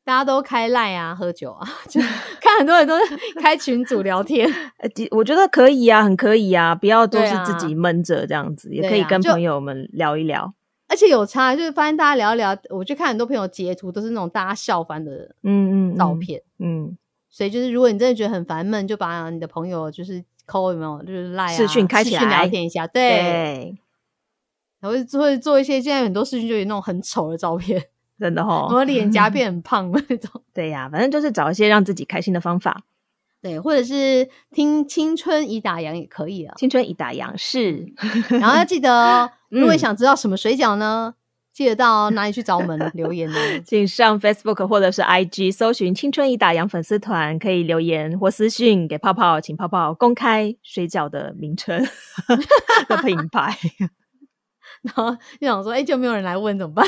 Speaker 2: 大家都开赖啊，喝酒啊， 就看很多 人都是开群组聊天，
Speaker 1: 呃，的我觉得可以啊，很可以啊，不要都
Speaker 2: 对
Speaker 1: 是自
Speaker 2: 啊
Speaker 1: 己闷着这样子，也
Speaker 2: 对
Speaker 1: 可以
Speaker 2: 啊
Speaker 1: 跟
Speaker 2: 就
Speaker 1: 朋友们聊一聊。
Speaker 2: 而且有差，就是发现大家聊一聊，我就看很多朋友截图都是那种大家笑翻的
Speaker 1: 嗯嗯，
Speaker 2: 照
Speaker 1: 嗯，
Speaker 2: 片，
Speaker 1: 嗯，
Speaker 2: 所以就是如果你真的觉得很烦闷，就把你的朋友就是扣有没有就是赖啊，
Speaker 1: 视讯开起
Speaker 2: 视讯聊
Speaker 1: 来
Speaker 2: 天一下，对，
Speaker 1: 对，
Speaker 2: 然后就会做一些现在很多视讯就有那种很丑的照片，
Speaker 1: 真的哦
Speaker 2: 我
Speaker 1: 哈，
Speaker 2: 的脸 颊变很胖那种。
Speaker 1: 对呀、反正就是找一些让自己开心的方法。
Speaker 2: 对，或者是听《青春已打烊》也可以啊。
Speaker 1: 青春已打烊是，
Speaker 2: 然后要记得哦，如果
Speaker 1: 嗯
Speaker 2: 你想知道什么水饺呢，记得到哪里去找我们留言哦 呢？
Speaker 1: 请上 Facebook 或者是 IG 搜寻“青春已打烊”粉丝团，可以留言或私讯给泡泡，请泡泡公开水饺的名称 的品牌。
Speaker 2: 然后就想说，哎、就没有人来问怎么办？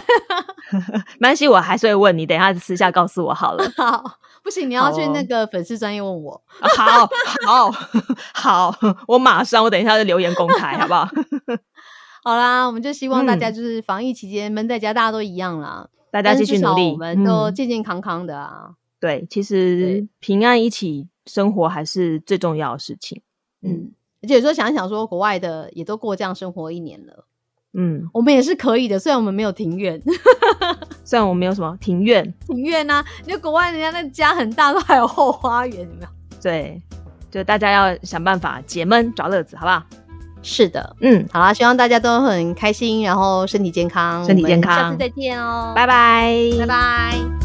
Speaker 1: 没关系，我还是会问你，等一下私下告诉我好了。
Speaker 2: 好，不行，你要去
Speaker 1: 好
Speaker 2: 那
Speaker 1: 哦
Speaker 2: 个粉丝专业问我。
Speaker 1: 啊好好好，我马上，我等一下就留言公开，好不好？
Speaker 2: 好啦，我们就希望大家
Speaker 1: 嗯
Speaker 2: 就是防疫期间闷在家，大家都一样啦。
Speaker 1: 大
Speaker 2: 大
Speaker 1: 家继续努力，
Speaker 2: 我们都
Speaker 1: 嗯
Speaker 2: 健健康康的啊。
Speaker 1: 对，其
Speaker 2: 对
Speaker 1: 实平安一起生活还是最重要的事情。
Speaker 2: 嗯
Speaker 1: 嗯
Speaker 2: 而且有时候想一想说国外的也都过这样生活一年了，
Speaker 1: 嗯，
Speaker 2: 我们也是可以的，虽然我们没有庭院，
Speaker 1: 虽然我没有什么庭院，
Speaker 2: 庭院呢、啊，你看国外人家那家很大，都还有后花园，有没有？
Speaker 1: 对，就大家要想办法解闷找乐子，好不好？
Speaker 2: 是的，
Speaker 1: 嗯，
Speaker 2: 好啦，希望大家都很开心，然后身体健康，
Speaker 1: 身体健
Speaker 2: 我们下
Speaker 1: 康
Speaker 2: 次再见哦，
Speaker 1: 拜拜，
Speaker 2: 拜拜。